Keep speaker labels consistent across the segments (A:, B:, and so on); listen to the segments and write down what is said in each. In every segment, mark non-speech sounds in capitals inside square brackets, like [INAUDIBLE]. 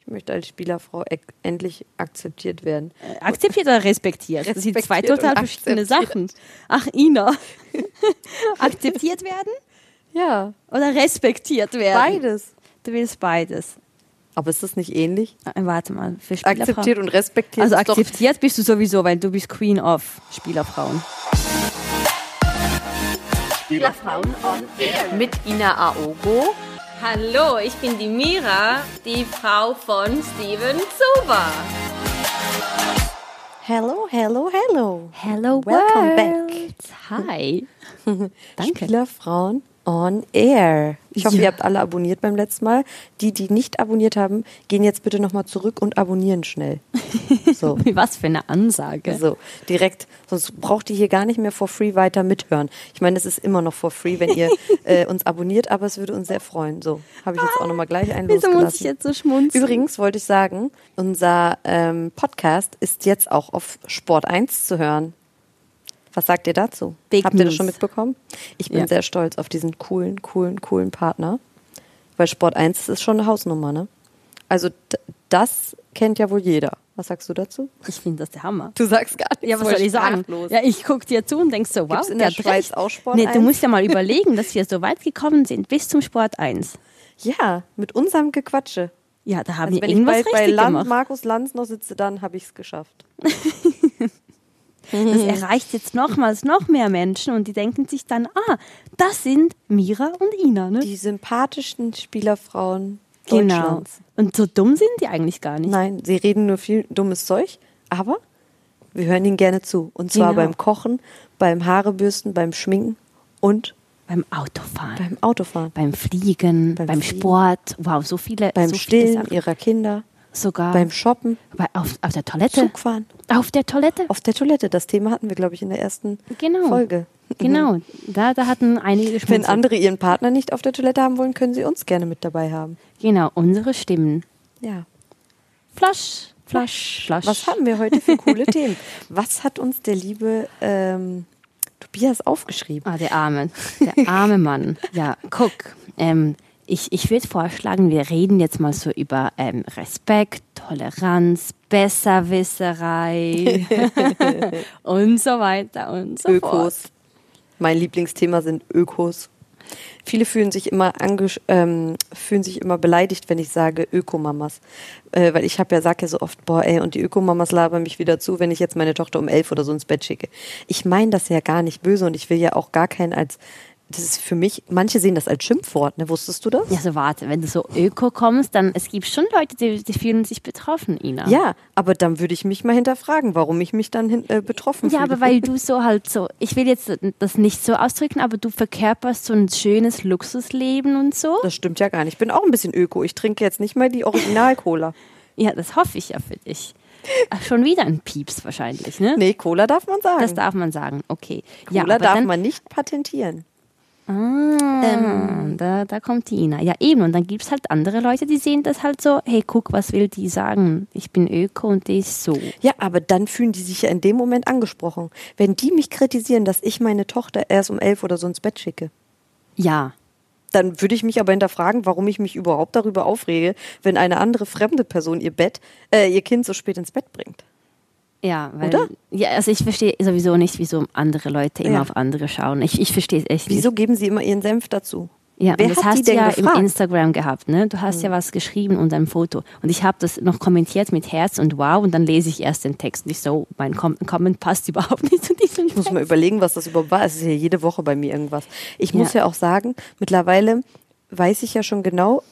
A: Ich möchte als Spielerfrau ek- endlich akzeptiert werden.
B: Äh, akzeptiert oder respektiert? Das sind zwei
A: Respektiert und
B: total verschiedene Sachen. Ach, Ina. [LAUGHS] akzeptiert werden
A: Ja,
B: oder respektiert werden?
A: beides.
B: Du willst beides.
A: Aber ist das nicht ähnlich?
B: Äh, Warte mal, für Spielerfrauen.
A: Akzeptiert und respektiert.
B: Also
A: ist doch-
B: akzeptiert bist du sowieso, weil du bist Queen of Spielerfrauen.
A: mit Ina Aogo.
C: Hallo, ich bin die Mira, die Frau von Steven Zuber.
A: Hello, hello, hello.
B: Hello,
A: Welcome
B: Hi. Danke.
A: Spielerfrauen on Air. Ich hoffe,
B: Ja.
A: ihr habt alle abonniert beim letzten Mal. Die, die nicht abonniert haben, gehen jetzt bitte nochmal zurück und abonnieren schnell.
B: [LAUGHS]
A: So.
B: Was für eine Ansage.
A: So, direkt. Sonst braucht ihr hier gar nicht mehr for free weiter mithören. Ich meine, es ist immer noch for free, wenn
B: [LAUGHS]
A: ihr äh, uns abonniert, aber es würde uns sehr freuen. So, habe ich jetzt auch nochmal gleich einen
B: Wieso muss ich
A: losgelassen.
B: jetzt so schmunzeln?
A: Übrigens wollte ich sagen, unser ähm, Podcast ist jetzt auch auf Sport 1 zu hören. Was sagt ihr dazu?
B: Big
A: Habt ihr das
B: News.
A: schon mitbekommen? Ich bin
B: Ja.
A: sehr stolz auf diesen coolen, coolen, coolen Partner. Weil Sport 1 ist schon eine Hausnummer, ne? Also d- das kennt ja wohl jeder. Was sagst du dazu?
B: Ich finde das der Hammer.
A: Du sagst gar nichts.
B: Ja, was
A: voll
B: soll ich sagen?
A: sprachlos.
B: Ja, ich gucke dir zu und denk so, wow,
A: Gibt's in
B: der
A: der
B: hat
A: Schweiz
B: recht.
A: auch Sport
B: Nee, du
A: 1?
B: musst
A: [LAUGHS]
B: ja mal überlegen, dass wir so weit gekommen sind bis zum Sport 1.
A: Ja, mit unserem Gequatsche.
B: Ja, da haben
A: Also
B: wir
A: wenn ich
B: irgendwas
A: bald bei
B: richtig
A: Land,
B: gemacht.
A: Markus Lanz noch sitze, dann habe ich es geschafft.
B: Das erreicht jetzt nochmals noch mehr Menschen und die denken sich dann, ah, das sind Mira und Ina, ne?
A: Die sympathischsten Spielerfrauen
B: genau.
A: Deutschlands.
B: Und so dumm sind die eigentlich gar nicht.
A: Nein, sie reden nur viel dummes Zeug, aber wir hören ihnen gerne zu. Und zwar
B: Genau.
A: beim Kochen, beim Haarebürsten, beim Schminken und
B: Beim Autofahren,
A: beim Autofahren.
B: beim Fliegen, beim,
A: Beim Fliegen.
B: Sport, wow, so viele.
A: Beim
B: so viele
A: Stillen
B: Sachen.
A: ihrer Kinder,
B: sogar
A: beim Shoppen,
B: bei, auf, auf der Toilette.
A: Zugfahren,
B: Auf der Toilette.
A: auf der Toilette. Das Thema hatten wir, glaube ich, in der ersten
B: Genau.
A: Folge.
B: Genau, da, da hatten einige
A: Mhm. Wenn
B: geschmunzelt.
A: andere ihren Partner nicht auf der Toilette haben wollen, können sie uns gerne mit dabei haben.
B: Genau, unsere Stimmen.
A: Ja.
B: Flasch, Flasch, Flasch.
A: Was haben wir heute für coole Themen? Was hat uns der liebe ähm, Tobias aufgeschrieben?
B: Ah, der arme, der
A: [LAUGHS]
B: arme Mann. Ja, guck, ähm, ich, ich würde vorschlagen, wir reden jetzt mal so über ähm, Respekt, Toleranz,
A: [LAUGHS]
B: Besserwisserei und so weiter und so fort.
A: Ökos. Mein Lieblingsthema sind Ökos. Viele fühlen sich immer angesch ähm, fühlen sich immer beleidigt, wenn ich sage Ökomamas, äh, weil ich habe ja sage ja so oft, boah, ey, und die Ökomamas labern mich wieder zu, wenn ich jetzt meine Tochter um elf oder so ins Bett schicke. Ich meine das ja gar nicht böse und ich will ja auch gar keinen als das ist für mich. Manche sehen das als Schimpfwort. Ne, wusstest du das?
B: Ja, so warte, wenn du so öko kommst, dann es gibt schon Leute, die, die fühlen sich betroffen, Ina.
A: Ja, aber dann würde ich mich mal hinterfragen, warum ich mich dann hin, äh, betroffen fühle.
B: Ja, aber weil du so halt so, ich will jetzt das nicht so ausdrücken, aber du verkörperst so ein schönes Luxusleben und so.
A: das stimmt ja gar nicht. Ich bin auch ein bisschen öko. Ich trinke jetzt nicht mal die
B: [LAUGHS]
A: Original-Cola.
B: Ja, das hoffe ich ja für dich. Ach, schon wieder ein Pieps wahrscheinlich, ne?
A: Nee, Cola darf man sagen.
B: Das darf man sagen, okay. ja,
A: Cola
B: aber
A: darf
B: dann,
A: man nicht patentieren.
B: Ah, da, da kommt die Ina. Ja, eben. Und dann gibt es halt andere Leute, die sehen das halt so, hey, guck, was will die sagen? Ich bin Öko und die ist so.
A: Ja, aber dann fühlen die sich ja in dem Moment angesprochen. Wenn die mich kritisieren, dass ich meine Tochter erst um elf oder so ins Bett schicke,
B: Ja,
A: dann würde ich mich aber hinterfragen, warum ich mich überhaupt darüber aufrege, wenn eine andere fremde Person ihr Bett, äh, ihr Kind so spät ins Bett bringt.
B: ja. Weil,
A: Oder?
B: Ja, also ich verstehe sowieso nicht, wieso andere Leute immer
A: Ja.
B: auf andere schauen. Ich, ich verstehe es echt nicht.
A: Wieso geben sie immer ihren Senf dazu?
B: Ja,
A: Wer
B: und
A: hat
B: das
A: die
B: hast du
A: denn
B: ja
A: gefragt? Hm.
B: im Instagram gehabt, ne? Du hast ja was geschrieben und ein Foto. Und ich habe das noch kommentiert mit Herz und Wow und dann lese ich erst den Text. Nicht so, mein Com Comment passt [LAUGHS] überhaupt nicht zu diesem
A: Ich muss mal überlegen, was das überhaupt war. Es ist ja jede Woche bei mir irgendwas. Ich muss
B: Ja.
A: ja auch sagen, mittlerweile weiß ich ja schon genau,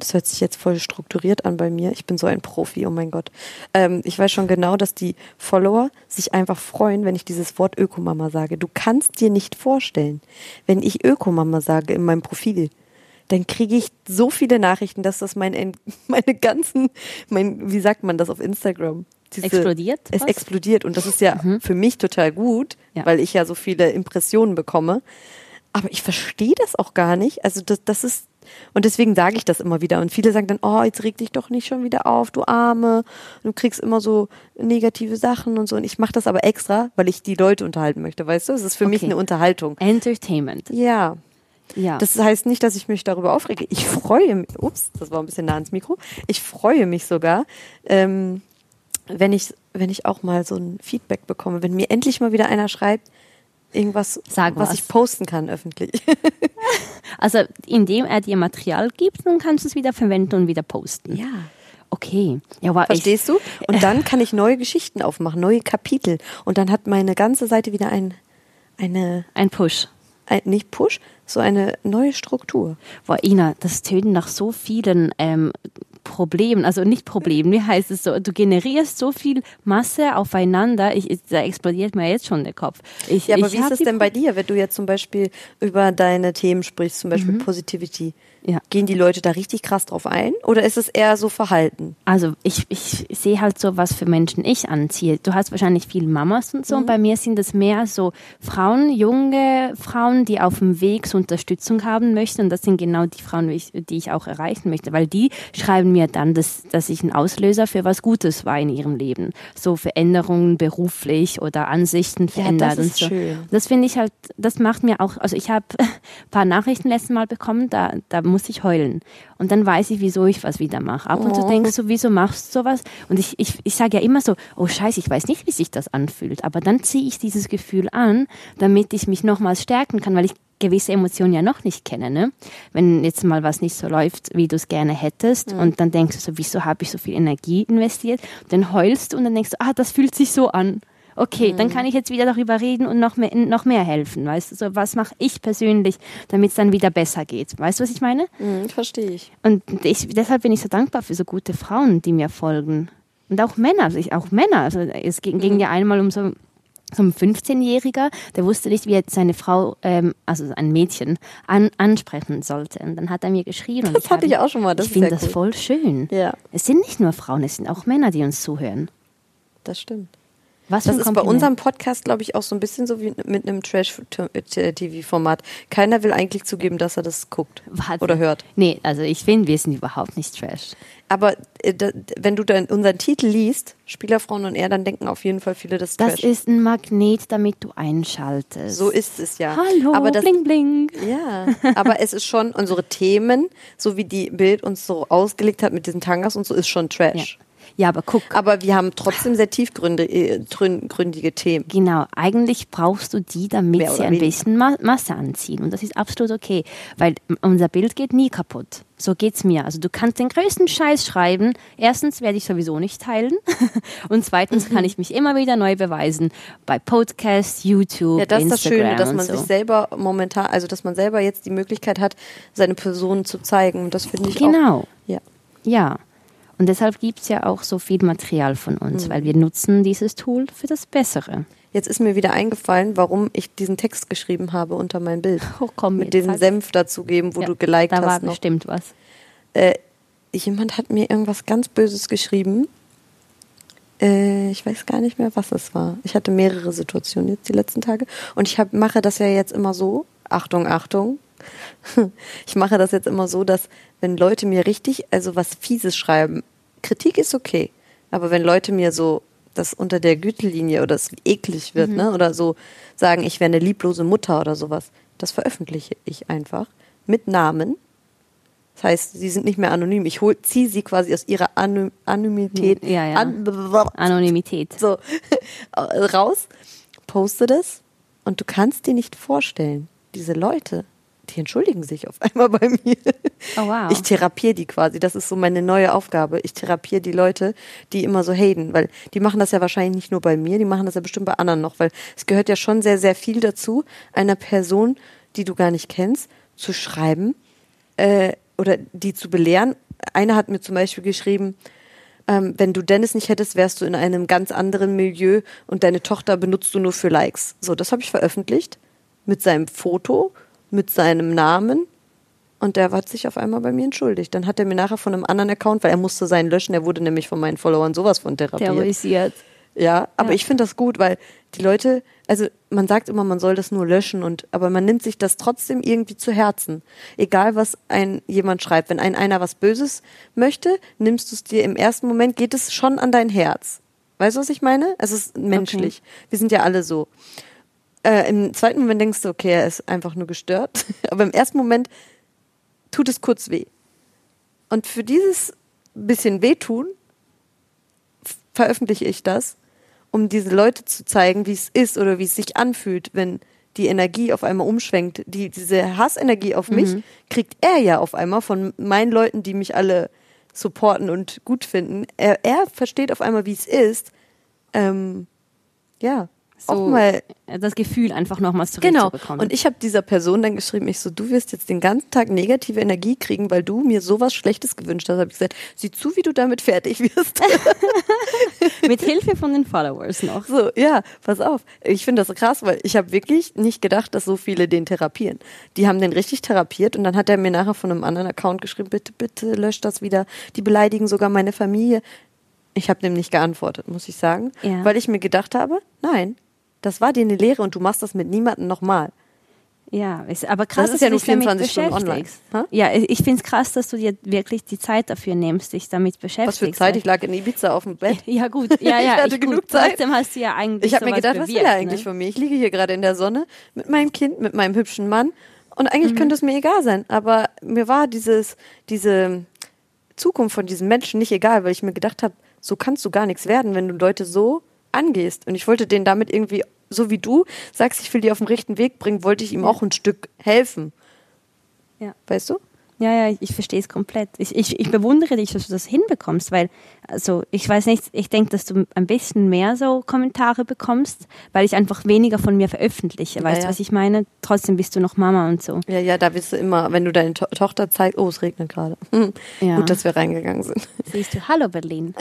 A: das hört sich jetzt voll strukturiert an bei mir. Ich bin so ein Profi, oh mein Gott. Ähm, ich weiß schon genau, dass die Follower sich einfach freuen, wenn ich dieses Wort Ökomama sage. Du kannst dir nicht vorstellen, wenn ich Ökomama sage in meinem Profil, dann kriege ich so viele Nachrichten, dass das mein, Ent- [LAUGHS] meine ganzen, mein, wie sagt man das auf Instagram? Diese-
B: Explodiert
A: Es
B: was?
A: explodiert und das ist ja für mich total gut,
B: Mhm. Ja.
A: weil ich ja so viele Impressionen bekomme. Aber ich verstehe das auch gar nicht. Also das, das ist und deswegen sage ich das immer wieder. Und viele sagen dann, oh, jetzt reg dich doch nicht schon wieder auf, du Arme. Du kriegst immer so negative Sachen und so. Und ich mache das aber extra, weil ich die Leute unterhalten möchte, weißt du? Es ist für mich
B: Okay.
A: eine Unterhaltung.
B: Entertainment.
A: Ja.
B: Ja.
A: Das heißt nicht, dass ich mich darüber aufrege. Ich freue mich, ups, das war ein bisschen nah ans Mikro. Ich freue mich sogar, ähm, wenn ich, wenn ich auch mal so ein Feedback bekomme, wenn mir endlich mal wieder einer schreibt, irgendwas,
B: Sag
A: was
B: was.
A: ich posten kann öffentlich.
B: Also indem er dir Material gibt, dann kannst du es wieder verwenden und wieder posten.
A: [LAUGHS] Ja.
B: Okay. Ja, war echt.
A: Verstehst du? Und dann kann ich neue Geschichten aufmachen, neue Kapitel. Und dann hat meine ganze Seite wieder ein, eine,
B: Ein Push.
A: ein, nicht Push, so eine neue Struktur.
B: Boah, Ina, das tönt nach so vielen ähm, Problemen, also nicht Problemen, wie heißt es so? Du generierst so viel Masse aufeinander, ich, ich, da explodiert mir jetzt schon der Kopf. Ich,
A: Ja, aber
B: ich
A: wie ist
B: hab
A: das
B: die
A: denn bei dir, wenn du jetzt zum Beispiel über deine Themen sprichst, zum Beispiel Positivity?
B: Mhm. Ja.
A: Gehen die Leute da richtig krass drauf ein oder ist es eher so Verhalten?
B: Also ich, ich sehe halt so, was für Menschen ich anziehe. Du hast wahrscheinlich viele Mamas und so.
A: Mhm.
B: Und bei mir sind es mehr so Frauen, junge Frauen, die auf dem Weg so Unterstützung haben möchten. Und das sind genau die Frauen, die ich, die ich auch erreichen möchte. Weil die schreiben mir dann, dass, dass ich ein Auslöser für was Gutes war in ihrem Leben. So Veränderungen beruflich oder Ansichten verändert
A: das ist
B: und so.
A: schön.
B: Das finde ich halt, das macht mir auch, also ich habe [LAUGHS] ein paar Nachrichten letztes Mal bekommen, da, da muss ich heulen. Und dann weiß ich, wieso ich was wieder mache. Ab und zu
A: Oh.
B: denkst du, wieso machst du sowas? Und ich, ich, ich sage ja immer so, oh scheiße, ich weiß nicht, wie sich das anfühlt. Aber dann ziehe ich dieses Gefühl an, damit ich mich nochmals stärken kann, weil ich gewisse Emotionen ja noch nicht kenne. Ne? Wenn jetzt mal was nicht so läuft, wie du es gerne hättest und dann denkst du so, wieso habe ich so viel Energie investiert? Dann heulst du und dann denkst du, ah, das fühlt sich so an. Okay,
A: Mhm.
B: dann kann ich jetzt wieder darüber reden und noch mehr, noch mehr helfen. Weißt du, so was mache ich persönlich, damit es dann wieder besser geht? Weißt du, was ich meine?
A: verstehe ich.
B: Und ich, deshalb bin ich so dankbar für so gute Frauen, die mir folgen. Und auch Männer, also ich, auch Männer. Also es ging,
A: Mhm.
B: ging ja einmal um so, so einen 15-Jähriger, der wusste nicht, wie er seine Frau, ähm, also ein Mädchen, an, ansprechen sollte. Und dann hat er mir geschrieben. und
A: Das hatte
B: hab
A: ich
B: ihn-
A: auch schon mal, das
B: ich
A: ist
B: finde
A: sehr
B: das
A: cool.
B: voll schön.
A: Ja.
B: Es sind nicht nur Frauen, es sind auch Männer, die uns zuhören.
A: Das stimmt.
B: Was
A: Das
B: für ein
A: ist bei
B: Kompliment.
A: unserem Podcast, glaube ich, auch so ein bisschen so wie mit einem Trash-TV-Format. Keiner will eigentlich zugeben, dass er das guckt
B: Warte.
A: oder hört.
B: Nee, also ich finde, wir sind überhaupt nicht trash.
A: Aber äh, da, wenn du dann unseren Titel liest, Spielerfrauen und er, dann denken auf jeden Fall viele, das,
B: Das
A: Trash.
B: ist ein Magnet, damit du einschaltest.
A: so ist es ja.
B: Hallo,
A: aber das,
B: bling bling.
A: Ja, aber es ist schon unsere Themen, so wie die Bild uns so ausgelegt hat mit diesen Tangas und so, ist schon
B: Ja.
A: Trash.
B: ja, aber guck,
A: Aber wir haben trotzdem sehr tiefgründige äh, drün- gründige Themen.
B: Genau, eigentlich brauchst du die, damit
A: Mehr
B: sie
A: oder
B: ein
A: weniger.
B: bisschen Ma Masse anziehen. Und das ist absolut okay, weil m- unser Bild geht nie kaputt. So geht's mir. Also du kannst den größten Scheiß schreiben. Erstens werde ich sowieso nicht teilen. [LAUGHS] Und zweitens
A: Mhm.
B: kann ich mich immer wieder neu beweisen bei Podcasts, YouTube,
A: Ja, das ist
B: Instagram
A: das Schöne, dass man
B: und so.
A: sich selber momentan, also dass man selber jetzt die Möglichkeit hat, seine Person zu zeigen. Und das finde ich auch.
B: Genau.
A: Ja.
B: Ja. Und deshalb gibt es ja auch so viel Material von
A: Mhm.
B: uns, weil wir nutzen dieses Tool für das Bessere.
A: Jetzt ist mir wieder eingefallen, warum ich diesen Text geschrieben habe unter mein Bild.
B: [LAUGHS] Oh, komm,
A: Mit
B: jetzt
A: diesem
B: sag's.
A: Senf dazugeben, wo
B: Ja,
A: du geliked
B: da war
A: hast. Noch.
B: bestimmt was.
A: jemand hat mir irgendwas ganz Böses geschrieben. Äh, ich weiß gar nicht mehr, was es war. Ich hatte mehrere Situationen jetzt die letzten Tage. Und ich hab, mache das ja jetzt immer so. Achtung, Achtung. [LAUGHS] Ich mache das jetzt immer so, dass wenn Leute mir richtig, also was Fieses schreiben, Kritik ist okay. Aber wenn Leute mir so das unter der Gürtellinie oder es eklig
B: Mhm.
A: wird, ne, oder so sagen, ich wäre eine lieblose Mutter oder sowas, das veröffentliche ich einfach mit Namen. Das heißt, sie sind nicht mehr anonym. Ich hol, ziehe sie quasi aus ihrer Anony- Anonymität
B: Ja, ja.
A: An,
B: Anonymität.
A: so [LAUGHS] raus, poste das und du kannst dir nicht vorstellen, diese Leute, die entschuldigen sich auf einmal bei mir.
B: Oh, wow.
A: Ich therapiere die quasi. Das ist so meine neue Aufgabe. Ich therapiere die Leute, die immer so haten, weil die machen das ja wahrscheinlich nicht nur bei mir, die machen das ja bestimmt bei anderen noch, weil es gehört ja schon sehr, sehr viel dazu, einer Person, die du gar nicht kennst, zu schreiben äh, oder die zu belehren. Einer hat mir zum Beispiel geschrieben, ähm, wenn du Dennis nicht hättest, wärst du in einem ganz anderen Milieu und deine Tochter benutzt du nur für Likes. So, das habe ich veröffentlicht mit seinem Foto, mit seinem Namen und der hat sich auf einmal bei mir entschuldigt. Dann hat er mir nachher von einem anderen Account, weil er musste seinen löschen, er wurde nämlich von meinen Followern sowas von therapiert.
B: Terrorisiert.
A: Ja, aber
B: Ja.
A: ich finde das gut, weil die Leute, also man sagt immer, man soll das nur löschen und aber man nimmt sich das trotzdem irgendwie zu Herzen. Egal was ein jemand schreibt, wenn ein einer was Böses möchte, nimmst du es dir im ersten Moment geht es schon an dein Herz. Weißt du, was ich meine? Es ist menschlich. Wir sind ja alle so. äh, im zweiten Moment denkst du, okay, er ist einfach nur gestört. [LAUGHS] Aber im ersten Moment tut es kurz weh. Und für dieses bisschen Wehtun f- veröffentliche ich das, um diese Leute zu zeigen, wie es ist oder wie es sich anfühlt, wenn die Energie auf einmal umschwenkt. Die, diese Hassenergie auf mich kriegt er ja auf einmal von meinen Leuten, die mich alle supporten und gut finden. Er, er versteht auf einmal, wie es ist. Ähm, ja, auch mal
B: äh, das Gefühl einfach nochmals
A: Genau.
B: zurückzubekommen.
A: Und ich habe dieser Person dann geschrieben, ich so, du wirst jetzt den ganzen Tag negative Energie kriegen, weil du mir sowas Schlechtes gewünscht hast. Habe ich gesagt, sieh zu, wie du damit fertig wirst.
B: Mit Hilfe von den Followers noch.
A: so, ja, pass auf. Ich finde das krass, weil ich habe wirklich nicht gedacht, dass so viele den therapieren. Die haben den richtig therapiert und dann hat er mir nachher von einem anderen Account geschrieben, bitte, bitte lösch das wieder. Die beleidigen sogar meine Familie. Ich habe dem nicht geantwortet, muss ich sagen,
B: Ja.
A: weil ich mir gedacht habe, nein, das war dir eine Lehre und du machst das mit niemandem nochmal.
B: Ja, ist aber krass,
A: Das ist
B: dass
A: ja
B: du
A: nur
B: dich damit
A: 24 Stunden
B: beschäftigst.
A: online,
B: Ja, äh, ich finde es krass, dass du dir wirklich die Zeit dafür nimmst, dich damit
A: Was
B: beschäftigst.
A: für Zeit, ich lag in Ibiza auf dem Bett.
B: ja gut,
A: [LAUGHS]
B: ja,
A: Ich
B: ja,
A: hatte genug
B: gut.
A: Zeit.
B: Trotzdem hast du ja eigentlich
A: Ich habe mir
B: sowas
A: gedacht, was will
B: bewirkt,
A: er eigentlich
B: ne?
A: von mir? Ich liege hier gerade in der Sonne mit meinem Kind, mit meinem hübschen Mann und eigentlich
B: Mhm.
A: könnte es mir egal sein, aber mir war dieses diese Zukunft von diesem Menschen nicht egal, weil ich mir gedacht habe, so kannst du gar nichts werden, wenn du Leute so angehst und ich wollte den damit irgendwie so wie du sagst, ich will die auf den rechten Weg bringen, wollte ich ihm auch ein Stück helfen.
B: Ja.
A: Weißt du?
B: Ja, ja, ich verstehe es komplett. Ich, ich, ich bewundere dich, dass du das hinbekommst, weil, also, ich weiß nicht, ich denke, dass du ein bisschen mehr so Kommentare bekommst, weil ich einfach weniger von mir veröffentliche. Weißt du,
A: ja.
B: was ich meine? Trotzdem bist du noch Mama und so.
A: Ja, ja, da bist du immer, wenn du deine to Tochter zeigst, oh, es regnet gerade. Hm.
B: Ja.
A: Gut, dass wir reingegangen sind. [LAUGHS]
B: Siehst du, hallo Berlin.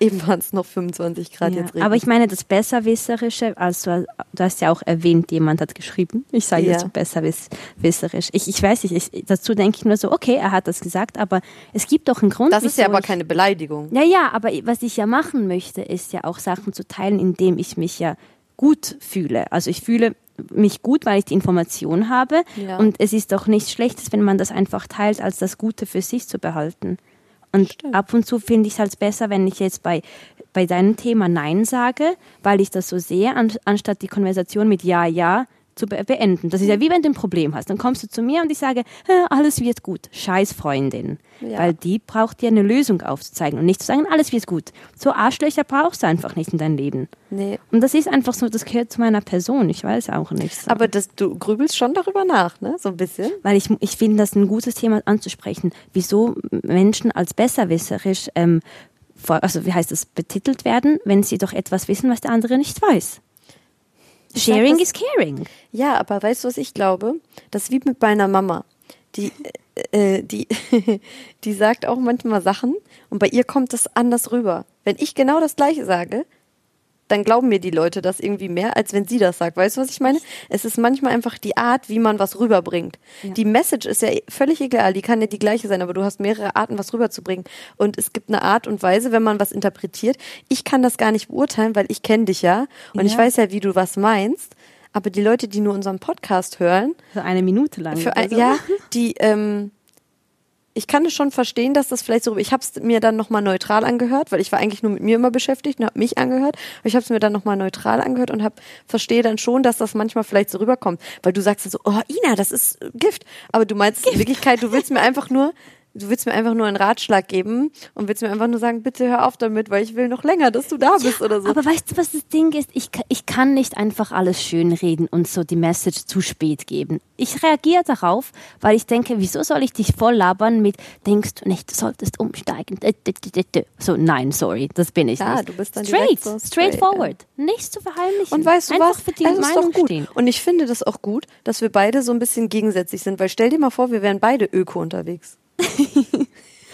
A: Eben waren es noch 25 Grad,
B: Ja,
A: jetzt regnet
B: aber ich meine, das Besserwisserische, also du hast ja auch erwähnt, jemand hat geschrieben. Ich sage
A: Ja.
B: jetzt so besserwisserisch. Ich, ich weiß nicht, ich, dazu denke ich nur so, okay, er hat das gesagt, aber es gibt doch einen Grund.
A: Das ist ja
B: wieso
A: aber
B: ich,
A: keine Beleidigung.
B: Ja, ja, aber i- was ich ja machen möchte, ist ja auch Sachen zu teilen, indem ich mich ja gut fühle. Also ich fühle mich gut, weil ich die Information habe.
A: Ja.
B: Und es ist doch nichts Schlechtes, wenn man das einfach teilt, als das Gute für sich zu behalten. Und ab und zu finde ich es halt besser, wenn ich jetzt bei, bei deinem Thema Nein sage, weil ich das so sehe, an, anstatt die Konversation mit Ja, Ja zu be beenden. Das ist ja wie wenn du ein Problem hast. Dann kommst du zu mir und ich sage, "Äh, alles wird gut. Scheiß Freundin.
A: Ja.
B: Weil die braucht dir eine Lösung aufzuzeigen und nicht zu sagen, alles wird gut. So Arschlöcher brauchst du einfach nicht in deinem Leben.
A: Nee.
B: Und das ist einfach so, das gehört zu meiner Person. Ich weiß auch nicht. So.
A: Aber das, du grübelst schon darüber nach, ne? So ein bisschen.
B: weil ich, ich finde, das ist ein gutes Thema anzusprechen, wieso Menschen als besserwisserisch, ähm, vor, also wie heißt das, betitelt werden, wenn sie doch etwas wissen, was der andere nicht weiß.
A: sag
B: Sharing
A: das-
B: is caring.
A: Ja, aber weißt du, was ich glaube? Das ist wie mit meiner Mama. Die, äh, äh, die, [LAUGHS] die sagt auch manchmal Sachen und bei ihr kommt das anders rüber. Wenn ich genau das Gleiche sage, dann glauben mir die Leute das irgendwie mehr, als wenn sie das sagt. Weißt du, was ich meine? Es ist manchmal einfach die Art, wie man was rüberbringt. Die Message ist ja völlig egal, die kann ja die gleiche sein, aber du hast mehrere Arten, was rüberzubringen. Und es gibt eine Art und Weise, wenn man was interpretiert. Ich kann das gar nicht beurteilen, weil ich kenne dich ja und ich
B: Ja.
A: weiß ja, wie du was meinst. Aber die Leute, die nur unseren Podcast hören,
B: Für eine Minute lang. Also
A: für
B: oder
A: ein,
B: so.
A: ja, die, ähm, ich kann es schon verstehen, dass das vielleicht so, ich habe es mir dann nochmal neutral angehört, weil ich war eigentlich nur mit mir immer beschäftigt und habe mich angehört. Aber ich habe es mir dann nochmal neutral angehört und hab, verstehe dann schon, dass das manchmal vielleicht so rüberkommt. Weil du sagst dann so, oh Ina, das ist äh, Gift. Aber du meinst in Wirklichkeit, du willst mir einfach nur, du willst mir einfach nur einen Ratschlag geben und willst mir einfach nur sagen, bitte hör auf damit, weil ich will noch länger, dass du da bist oder so.
B: Aber weißt du, was das Ding ist? Ich, ka- ich kann nicht einfach alles schönreden und so die Message zu spät geben. Ich reagiere darauf, weil ich denke, wieso soll ich dich voll labern mit, denkst du nicht, du solltest umsteigen? Dä, dä, dä, dä, dä. So, nein, sorry, das bin ich
A: Ja,
B: nicht.
A: du bist dann
B: straight,
A: direkt so straight,
B: straightforward. Nichts zu verheimlichen.
A: Und weißt du
B: einfach
A: was?
B: für die
A: es ist
B: Meinung
A: doch gut.
B: stehen.
A: Und ich finde das auch gut, dass wir beide so ein bisschen gegensätzlich sind, weil stell dir mal vor, wir wären beide Öko unterwegs.
B: [LAUGHS]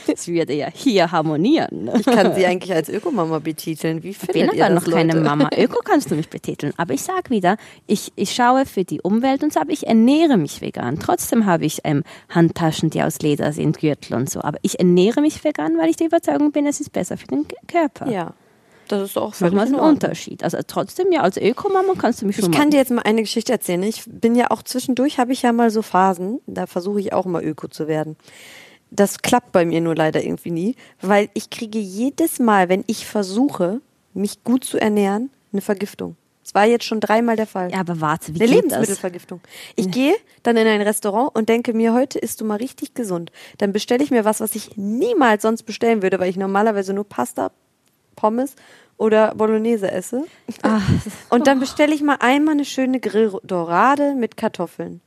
B: Das würde ja hier harmonieren.
A: Ich kann sie eigentlich als Ökomama betiteln. Wie
B: Ich bin
A: findet ihr
B: aber
A: das,
B: noch keine
A: Leute? [LAUGHS]
B: Mama. Öko kannst du mich betiteln. Aber ich sag wieder, ich, ich schaue für die Umwelt und sage, ich ernähre mich vegan. Trotzdem habe ich ähm, Handtaschen, die aus Leder sind, Gürtel und so. Aber ich ernähre mich vegan, weil ich der Überzeugung bin, es ist besser für den K- Körper.
A: Ja, das ist auch völlig
B: Nochmal so
A: in
B: ein
A: Ordnung.
B: Unterschied. Also trotzdem, ja, als Ökomama kannst du mich
A: Ich
B: schon
A: kann
B: mal.
A: dir jetzt mal eine Geschichte erzählen. Ich bin ja auch zwischendurch, habe ich ja mal so Phasen, da versuche ich auch mal Öko zu werden. Das klappt bei mir nur leider irgendwie nie, weil ich kriege jedes Mal, wenn ich versuche, mich gut zu ernähren, eine Vergiftung. Es war jetzt schon dreimal der Fall.
B: Ja, aber warte, wie
A: Eine
B: geht das?
A: Lebensmittelvergiftung. Ich gehe dann in ein Restaurant und denke mir, heute isst du mal richtig gesund. Dann bestelle ich mir was, was ich niemals sonst bestellen würde, weil ich normalerweise nur Pasta, Pommes oder Bolognese esse.
B: Ah,
A: Und dann bestelle ich mal einmal eine schöne Grill-Dorade mit Kartoffeln.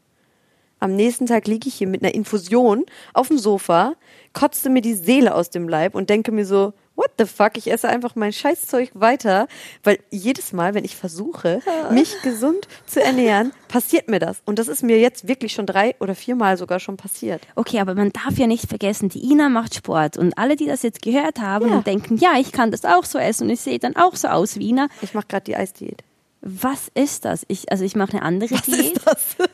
A: Am nächsten Tag liege ich hier mit einer Infusion auf dem Sofa, kotzte mir die Seele aus dem Leib und denke mir so, what the fuck, ich esse einfach mein Scheißzeug weiter, weil jedes Mal, wenn ich [LAUGHS] versuche, mich gesund zu ernähren, passiert mir das. Und das ist mir jetzt wirklich schon drei oder viermal sogar schon passiert.
B: Okay, aber man darf ja nicht vergessen, die Ina macht Sport und alle, die das jetzt gehört haben
A: Ja.
B: und denken, ja, ich kann das auch so essen und ich sehe dann auch so aus wie Ina.
A: Ich mache gerade die Eisdiät.
B: Was ist das? Ich, also ich mache eine andere
A: Was
B: Diät.
A: ist das?
B: [LAUGHS]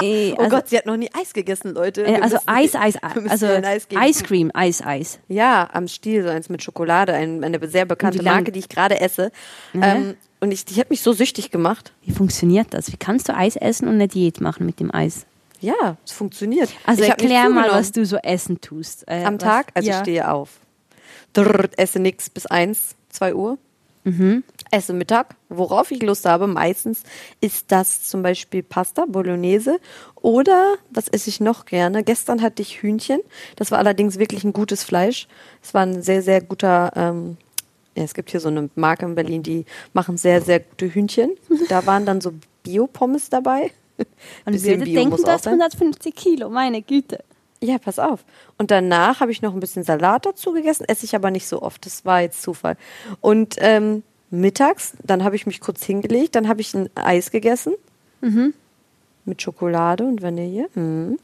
B: Äh,
A: Oh
B: also,
A: Gott, sie hat noch nie Eis gegessen, Leute.
B: äh,
A: Wir
B: also
A: müssen-
B: Eis, Eis,
A: wir müssen
B: also
A: ihr ein Eis geben.
B: Ice Cream, Eis, Eis.
A: Ja, am Stiel, so eins mit Schokolade, ein, eine sehr bekannte
B: wie Mhm. lang-
A: Marke, die ich gerade esse. Ähm, und ich, die hat mich so süchtig gemacht.
B: Wie funktioniert das? Wie kannst du Eis essen und eine Diät machen mit dem Eis?
A: Ja, es funktioniert.
B: Also
A: ich hab nicht
B: erklär mal,
A: zugenommen.
B: was du so essen tust. Äh,
A: am
B: was-
A: Tag, also
B: ja.
A: ich stehe auf. Drrr, esse nix bis 1, 2 Uhr.
B: Mhm.
A: Esse Mittag, worauf ich Lust habe. Meistens ist das zum Beispiel Pasta, Bolognese oder, was esse ich noch gerne? Gestern hatte ich Hühnchen. Das war allerdings wirklich ein gutes Fleisch. Es war ein sehr, sehr guter, ähm, ja, es gibt hier so eine Marke in Berlin, die machen sehr, sehr gute Hühnchen. Da waren dann so Bio-Pommes dabei.
B: Und
A: Bisschen
B: würde
A: Bio muss
B: denken, du
A: auch
B: hast
A: sein.
B: 150 Kilo, meine Güte.
A: Ja, pass auf. Und danach habe ich noch ein bisschen Salat dazu gegessen, esse ich aber nicht so oft. Das war jetzt Zufall. Und ähm, mittags, dann habe ich mich kurz hingelegt, dann habe ich ein Eis gegessen
B: Mhm.
A: mit Schokolade und Vanille. Mhm.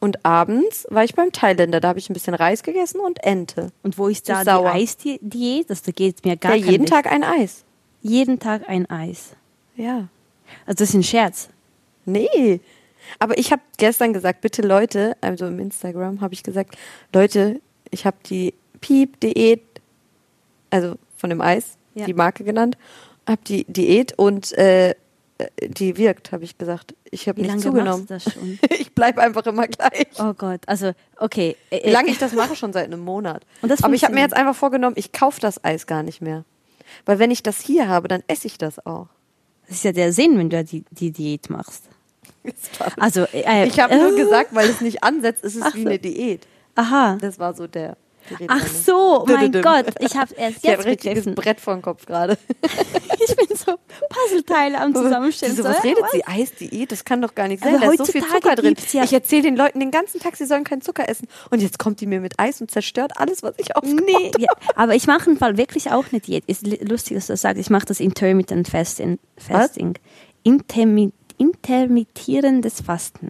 A: Und abends war ich beim Thailänder, da habe ich ein bisschen Reis gegessen und Ente.
B: Und wo ist
A: Ist
B: da die
A: sauer.
B: Eisdiät? Das da geht mir gar
A: Ja,
B: kein
A: jeden
B: Weg.
A: Tag ein Eis.
B: jeden Tag ein Eis.
A: Ja.
B: Also das ist ein Scherz.
A: Nee. Aber ich habe gestern gesagt, bitte Leute, also im Instagram habe ich gesagt, Leute, ich habe die Piep-Diät, also von dem Eis,
B: Ja.
A: die Marke genannt, habe die Diät und äh, die wirkt, habe ich gesagt. Ich habe
B: Wie
A: nicht
B: lange
A: zugenommen. [LAUGHS]
B: machst du das schon?
A: Ich bleibe einfach immer gleich.
B: Oh Gott, also okay. äh,
A: Wie lange
B: äh,
A: ich das mache, schon seit einem Monat.
B: Und das
A: Aber ich habe mir
B: funktioniert.
A: jetzt einfach vorgenommen, ich kaufe das Eis gar nicht mehr. Weil wenn ich das hier habe, dann esse ich das auch.
B: äh, Das ist ja der Sinn, wenn du die, die Diät machst. Also äh,
A: Ich habe nur
B: äh,
A: gesagt, weil es nicht ansetzt, es ist
B: Ach
A: wie
B: so.
A: eine Diät.
B: Aha.
A: Das war so der. die Redewendung.
B: Ach so, mein
A: Dü-dü-düm.
B: Gott, ich
A: [LAUGHS]
B: habe erst
A: Ich habe
B: jetzt
A: ein richtiges
B: begriffen.
A: Brett vor dem Kopf
B: [LAUGHS]
A: gerade.
B: Ich bin so Puzzleteile am Zusammenstellen.
A: Sie so,
B: So,
A: was
B: äh,
A: redet
B: was?
A: sie? Eisdiät? Das kann doch gar nicht sein.
B: Also
A: da ist so viel
B: heutzutage
A: Zucker drin.
B: gibt's ja-
A: Ich erzähle den Leuten den ganzen Tag, sie sollen keinen Zucker essen. Und jetzt kommt die mir mit Eis und zerstört alles, was ich aufgebaut
B: Nee,
A: habe.
B: ja, aber ich mache im Fall wirklich auch eine Diät. Ist li- lustig, dass du das sagst. Ich mache das Intermittent Fasting. Fasting. Intermi intermittierendes Fasten.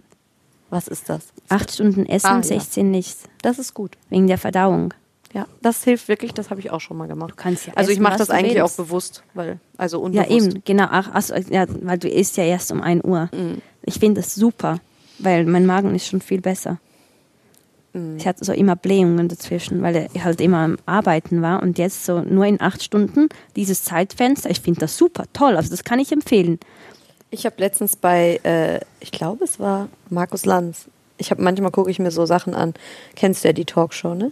A: Was ist das?
B: Acht Stunden essen,
A: Ah, ja.
B: 16 nichts.
A: Das ist gut.
B: Wegen der Verdauung.
A: Ja, das hilft wirklich. Das habe ich auch schon mal gemacht.
B: kannst ja
A: also ich
B: essen,
A: mache
B: was
A: das
B: du
A: eigentlich
B: willst.
A: auch bewusst, weil also
B: Ja,
A: unbewusst.
B: eben, genau. Ach, also, ja, weil du isst ja erst um 1 Uhr.
A: Mhm.
B: Ich finde das super, weil mein Magen ist schon viel besser.
A: Mhm.
B: Ich hatte so immer Blähungen dazwischen, weil er halt immer am Arbeiten war und jetzt so nur in acht Stunden dieses Zeitfenster. Ich finde das super toll, also das kann ich empfehlen.
A: Ich habe letztens bei, äh, ich glaube, es war Markus Lanz. Ich habe manchmal gucke ich mir so Sachen an. Kennst du ja die Talkshow, ne?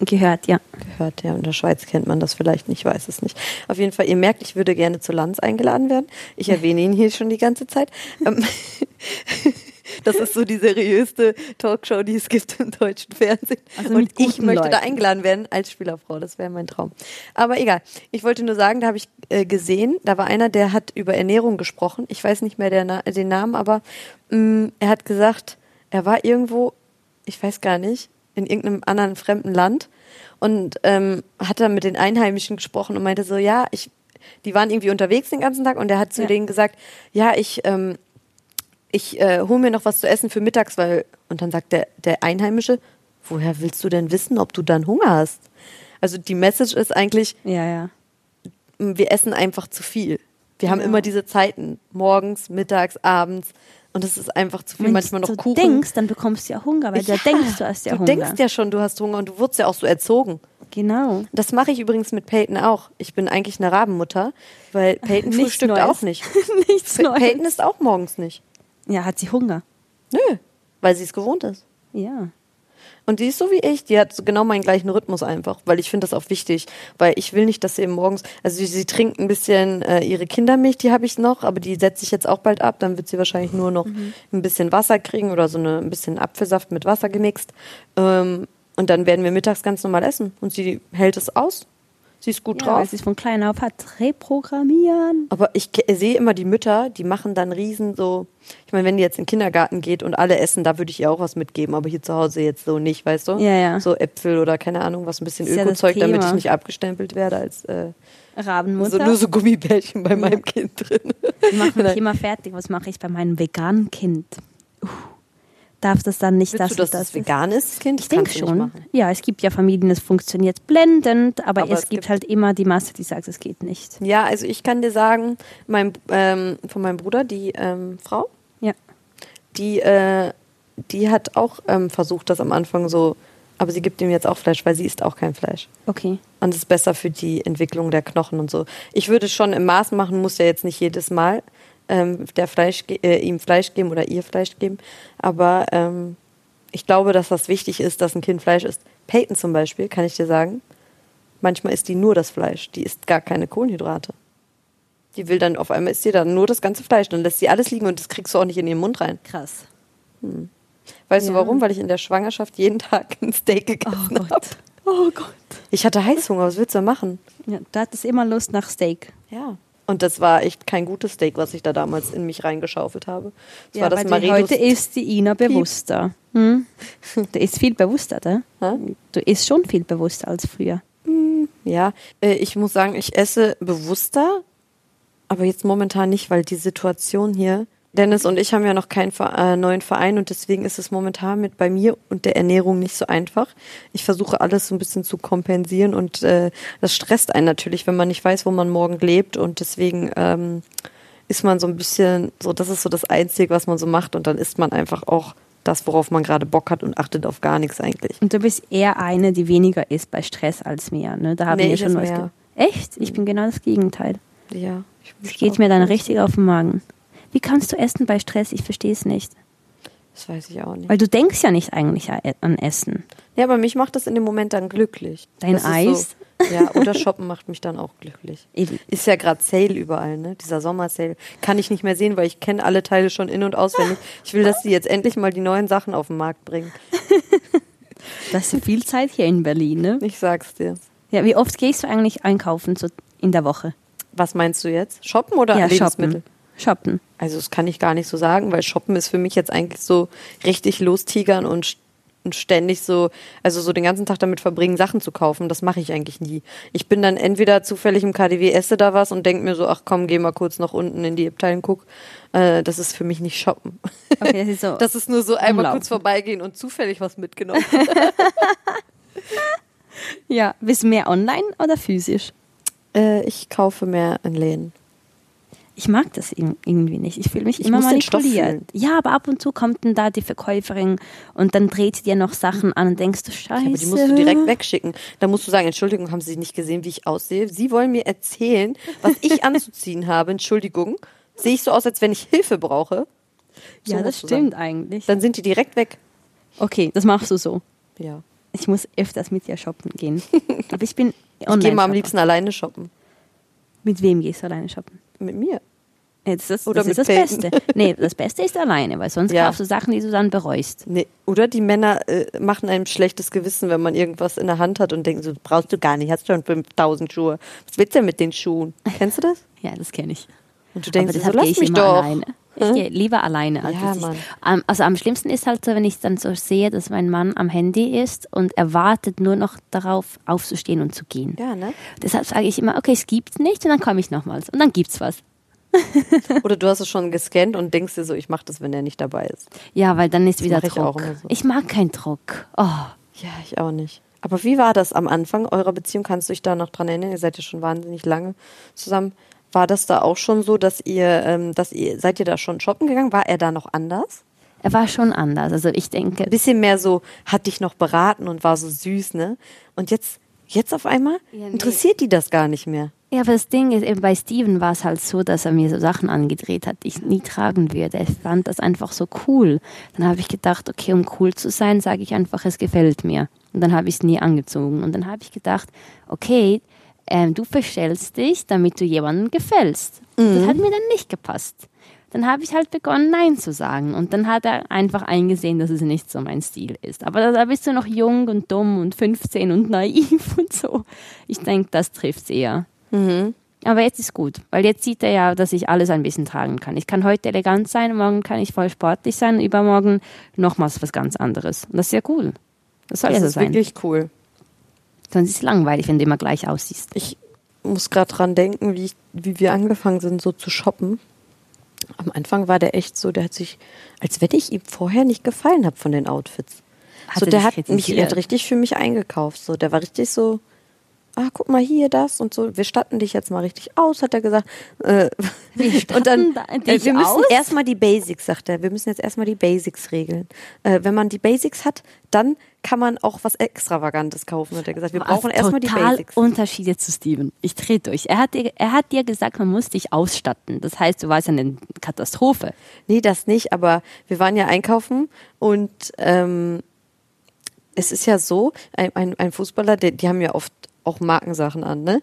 B: Gehört, ja.
A: gehört. Ja, in der Schweiz kennt man das vielleicht nicht, weiß es nicht. Auf jeden Fall, ihr merkt, ich würde gerne zu Lanz eingeladen werden. Ich erwähne ihn hier schon die ganze Zeit. Ähm, Das ist so die seriöste Talkshow, die es gibt im deutschen Fernsehen.
B: Also mit
A: und ich
B: guten
A: möchte da
B: Leuten.
A: eingeladen werden als Spielerfrau. Das wäre mein Traum. Aber egal. Ich wollte nur sagen, da habe ich äh, gesehen, da war einer, der hat über Ernährung gesprochen. Ich weiß nicht mehr der Na den Namen, aber mh, er hat gesagt, er war irgendwo, ich weiß gar nicht, in irgendeinem anderen fremden Land und ähm, hat dann mit den Einheimischen gesprochen und meinte so, ja, ich, die waren irgendwie unterwegs den ganzen Tag und er hat zu
B: Ja.
A: denen gesagt, ja, ich ähm, ich äh, hole mir noch was zu essen für mittags, weil. Und dann sagt der, der Einheimische, woher willst du denn wissen, ob du dann Hunger hast? Also die Message ist eigentlich,
B: Ja, ja.
A: m, wir essen einfach zu viel. Wir haben
B: Ja.
A: immer diese Zeiten, morgens, mittags, abends. Und es ist einfach zu viel,
B: Wenn
A: manchmal noch
B: du
A: Kuchen.
B: denkst, dann bekommst du ja Hunger, weil du denkst, du hast ja
A: du
B: Hunger.
A: denkst ja schon, du hast Hunger und du wurdest ja auch so erzogen. [LAUGHS]
B: Genau.
A: Das mache ich übrigens mit Peyton auch. Ich bin eigentlich eine Rabenmutter, weil Peyton
B: Nichts
A: frühstückt
B: Neues.
A: auch nicht.
B: Nichts Neues.
A: Peyton ist auch morgens nicht.
B: Ja, hat sie Hunger.
A: Nö, weil sie es gewohnt ist.
B: Ja.
A: Und die ist so wie ich, die hat so genau meinen gleichen Rhythmus einfach, weil ich finde das auch wichtig, weil ich will nicht, dass sie eben morgens, also sie, sie trinkt ein bisschen äh, ihre Kindermilch, die habe ich noch, aber die setze ich jetzt auch bald ab, dann wird sie wahrscheinlich nur noch ein bisschen Wasser kriegen oder so eine, ein bisschen Apfelsaft mit Wasser gemixt. Ähm, und dann werden wir mittags ganz normal essen und sie hält es aus. Sie ist gut
B: Ja, weil
A: drauf.
B: sie es von klein auf hat. Reprogrammieren.
A: Aber ich ke- sehe immer die Mütter, die machen dann riesen so. Ich meine, wenn die jetzt in den Kindergarten geht und alle essen, da würde ich ihr auch was mitgeben, aber hier zu Hause jetzt so nicht, weißt du?
B: Ja, ja.
A: So Äpfel oder keine Ahnung, was ein bisschen
B: Ist ja das
A: Öko-Zeug, damit
B: Thema.
A: ich nicht abgestempelt werde als äh,
B: Rabenmutter.
A: so, nur so Gummibärchen bei meinem Kind drin.
B: Die machen mich immer fertig. Was mache ich bei meinem veganen Kind? Uh, darf das dann nicht
A: Willst du, dass das, vegan ist, das Kind?
B: Ich
A: Das
B: denke
A: kannst du nicht
B: schon.
A: machen.
B: Ja, es gibt ja Familien, das funktioniert blendend, aber,
A: Aber
B: es,
A: es
B: gibt,
A: gibt-
B: halt immer die Masse, die sagt, es geht nicht.
A: Ja, also ich kann dir sagen, mein, ähm, von meinem Bruder, die ähm, Frau,
B: Ja.
A: die, äh, die hat auch ähm, versucht, das am Anfang so, aber sie gibt ihm jetzt auch Fleisch, weil sie isst auch kein Fleisch.
B: Okay.
A: Und es ist besser für die Entwicklung der Knochen und so. Ich würde es schon im Maß machen, muss ja jetzt nicht jedes Mal ähm, der Fleisch, ge- äh, ihm Fleisch geben oder ihr Fleisch geben. Aber ähm, ich glaube, dass das wichtig ist, dass ein Kind Fleisch isst. Peyton zum Beispiel, kann ich dir sagen, manchmal isst die nur das Fleisch. Die isst gar keine Kohlenhydrate. Die will dann, auf einmal isst sie dann nur das ganze Fleisch. Dann lässt sie alles liegen und das kriegst du auch nicht in ihren Mund rein.
B: Krass.
A: Weißt
B: Ja.
A: du warum? Weil ich in der Schwangerschaft jeden Tag ein Steak
B: Oh
A: gegessen habe.
B: Gott. Oh Gott.
A: Ich hatte Heißhunger, was willst du machen?
B: Ja, da hat es immer Lust nach Steak.
A: Ja. Und das war echt kein gutes Steak, was ich da damals in mich reingeschaufelt habe. Das
B: ja,
A: war das
B: aber die-
A: Maridus.
B: heute ist die Ina bewusster. Hm? Du isst viel bewusster, da?
A: Hä?
B: Du isst schon viel bewusster als früher.
A: Ja, äh, ich muss sagen, ich esse bewusster, aber jetzt momentan nicht, weil die Situation hier. Dennis und ich haben ja noch keinen Ver- äh, neuen Verein und deswegen ist es momentan mit bei mir und der Ernährung nicht so einfach. Ich versuche alles so ein bisschen zu kompensieren und äh, das stresst einen natürlich, wenn man nicht weiß, wo man morgen lebt und deswegen ähm, ist man so ein bisschen so, das ist so das Einzige, was man so macht und dann isst man einfach auch das, worauf man gerade Bock hat und achtet auf gar nichts eigentlich.
B: Und du bist eher eine, die weniger isst bei Stress als mir. Ne? Da haben
A: Nee,
B: wir
A: ich
B: schon
A: esse
B: was.
A: mehr. Mhm.
B: Ge Echt? Ich bin genau das Gegenteil.
A: Ja. ich bin
B: Es geht
A: auch-
B: mir dann richtig auf den Magen. Wie kannst du essen bei Stress? Ich verstehe es nicht.
A: Das weiß ich auch nicht.
B: Weil du denkst ja nicht eigentlich a- an Essen.
A: Ja, aber mich macht das in dem Moment dann glücklich.
B: Dein
A: das ist
B: Eis?
A: So, ja, oder shoppen macht mich dann auch glücklich.
B: [LAUGHS] Eben.
A: Ist ja gerade Sale überall, ne? Dieser Sommersale. Kann ich nicht mehr sehen, weil ich kenne alle Teile schon in- und auswendig. Ich will, dass sie jetzt endlich mal die neuen Sachen auf den Markt bringen.
B: Das ist viel Zeit hier in Berlin, ne?
A: Ich sag's dir.
B: Ja, wie oft gehst du eigentlich einkaufen so in der Woche?
A: Was meinst du jetzt? Shoppen oder
B: ja,
A: Lebensmittel?
B: shoppen. Shoppen.
A: Also das kann ich gar nicht so sagen, weil Shoppen ist für mich jetzt eigentlich so richtig lostigern und, st- und ständig so, also so den ganzen Tag damit verbringen, Sachen zu kaufen. Das mache ich eigentlich nie. Ich bin dann entweder zufällig im KDW, esse da was und denke mir so, ach komm, geh mal kurz nach unten in die Abteilung, guck. Äh, das ist für mich nicht Shoppen.
B: Okay, [LAUGHS] das ist so.
A: [LAUGHS] Das ist nur so einmal
B: Umlaufen.
A: kurz vorbeigehen und zufällig was mitgenommen.
B: ja, bist du mehr online oder physisch?
A: [LAUGHS] äh, ich kaufe mehr in Läden.
B: Ich mag das ir- irgendwie nicht. Ich fühle mich
A: Ich
B: immer
A: muss den Stoff
B: manipuliert.
A: fühlen.
B: Ja, aber ab und zu kommt dann da die Verkäuferin und dann dreht sie dir noch Sachen an und denkst du, Scheiße.
A: Ja, aber die musst du direkt wegschicken. Da musst du sagen, Entschuldigung, haben Sie nicht gesehen, wie ich aussehe? Sie wollen mir erzählen, was
B: [LAUGHS]
A: ich anzuziehen habe. Entschuldigung, sehe ich so aus, als wenn ich Hilfe brauche? So
B: Ja, das
A: musst du sagen.
B: stimmt eigentlich.
A: Dann sind die direkt weg.
B: Okay, das machst du so.
A: Ja.
B: Ich muss öfters mit dir shoppen
A: [LAUGHS]
B: gehen. Aber ich bin
A: Ich
B: online.
A: gehe mal am liebsten alleine shoppen.
B: Mit wem gehst du alleine shoppen?
A: Mit mir.
B: Ja, Das ist das,
A: Oder
B: das,
A: mit
B: ist das
A: Peyton.
B: Beste. [LAUGHS] Nee, das Beste ist alleine, weil sonst
A: Ja.
B: kaufst du Sachen, die du dann bereust.
A: Nee. Oder die Männer äh, machen einem schlechtes Gewissen, wenn man irgendwas in der Hand hat und denken so, brauchst du gar nicht, hast schon 5000 Schuhe. Was willst du denn mit den Schuhen? Kennst du das?
B: Ja, das kenne ich.
A: Und du denkst
B: Aber
A: dir so,
B: deshalb gehe
A: lass
B: ich
A: mich
B: immer
A: doch.
B: alleine. Ich gehe lieber alleine. Als
A: Ja,
B: dass ich,
A: Mann.
B: Am- also am schlimmsten ist halt so, wenn ich dann so sehe, dass mein Mann am Handy ist und er wartet nur noch darauf, aufzustehen und zu gehen.
A: Ja, ne?
B: Deshalb sage ich immer, okay, es gibt nichts und dann komme ich nochmals und dann gibt's was.
A: Oder du hast es schon gescannt und denkst dir so, ich mache das, wenn er nicht dabei ist.
B: Ja, weil dann ist wieder
A: mache ich auch
B: Druck.
A: immer so.
B: ich mag keinen Druck. Oh.
A: Ja, ich auch nicht. Aber wie war das am Anfang eurer Beziehung? Kannst du dich da noch dran erinnern? Ihr seid ja schon wahnsinnig lange zusammen. War das da auch schon so, dass ihr, ähm, dass ihr, seid ihr da schon shoppen gegangen? War er da noch anders?
B: Er war schon anders. Also ich denke,
A: Ein bisschen mehr so, hat dich noch beraten und war so süß, ne? Und jetzt Jetzt auf einmal
B: Ja, nee.
A: interessiert die das gar nicht mehr.
B: Ja, aber das Ding ist, eben bei Steven war es halt so, dass er mir so Sachen angedreht hat, die ich nie tragen würde. Er fand das einfach so cool. Dann habe ich gedacht, okay, um cool zu sein, sage ich einfach, es gefällt mir. Und dann habe ich es nie angezogen. Und dann habe ich gedacht, okay, ähm, du verstellst dich, damit du jemandem gefällst. Das hat mir dann nicht gepasst. Dann habe ich halt begonnen, Nein zu sagen. Und dann hat er einfach eingesehen, dass es nicht so mein Stil ist. Aber da- da bist du noch jung und dumm und 15 und naiv [LAUGHS] und so. Ich denke, das trifft eher. Aber jetzt ist gut, weil jetzt sieht er ja, dass ich alles ein bisschen tragen kann. Ich kann heute elegant sein, morgen kann ich voll sportlich sein, übermorgen nochmals was ganz anderes. Und das ist ja cool. Das soll
A: Das
B: ja so
A: Also, ist
B: sein.
A: wirklich cool.
B: Sonst ist es langweilig, wenn du immer gleich aussiehst.
A: Ich muss gerade dran denken, wie, ich, wie wir angefangen sind, so zu shoppen. Am Anfang war der echt so, der hat sich, als wenn ich ihm vorher nicht gefallen habe von den Outfits.
B: Hat
A: so,
B: er
A: der
B: dich
A: hat mich, der
B: kritisiert?
A: hat richtig für mich eingekauft. So, der war richtig so, ah, guck mal hier das und so. Wir statten dich jetzt mal richtig aus, hat er gesagt. Äh, [LAUGHS] und dann,
B: statten
A: äh,
B: dich
A: wir müssen
B: aus?
A: erstmal die Basics, sagt er. Wir müssen jetzt erstmal die Basics regeln. Äh, wenn man die Basics hat, dann kann man auch was Extravagantes kaufen, hat er gesagt. Wir brauchen erstmal die
B: total
A: Basics.
B: Unterschiede zu Steven. Ich drehe durch. Er hat, dir, er hat dir gesagt, man muss dich ausstatten. Das heißt, du warst eine Katastrophe.
A: Nee, das nicht, aber wir waren ja einkaufen und ähm, es ist ja so, ein, ein, ein Fußballer, die, die haben ja oft auch Markensachen an, ne?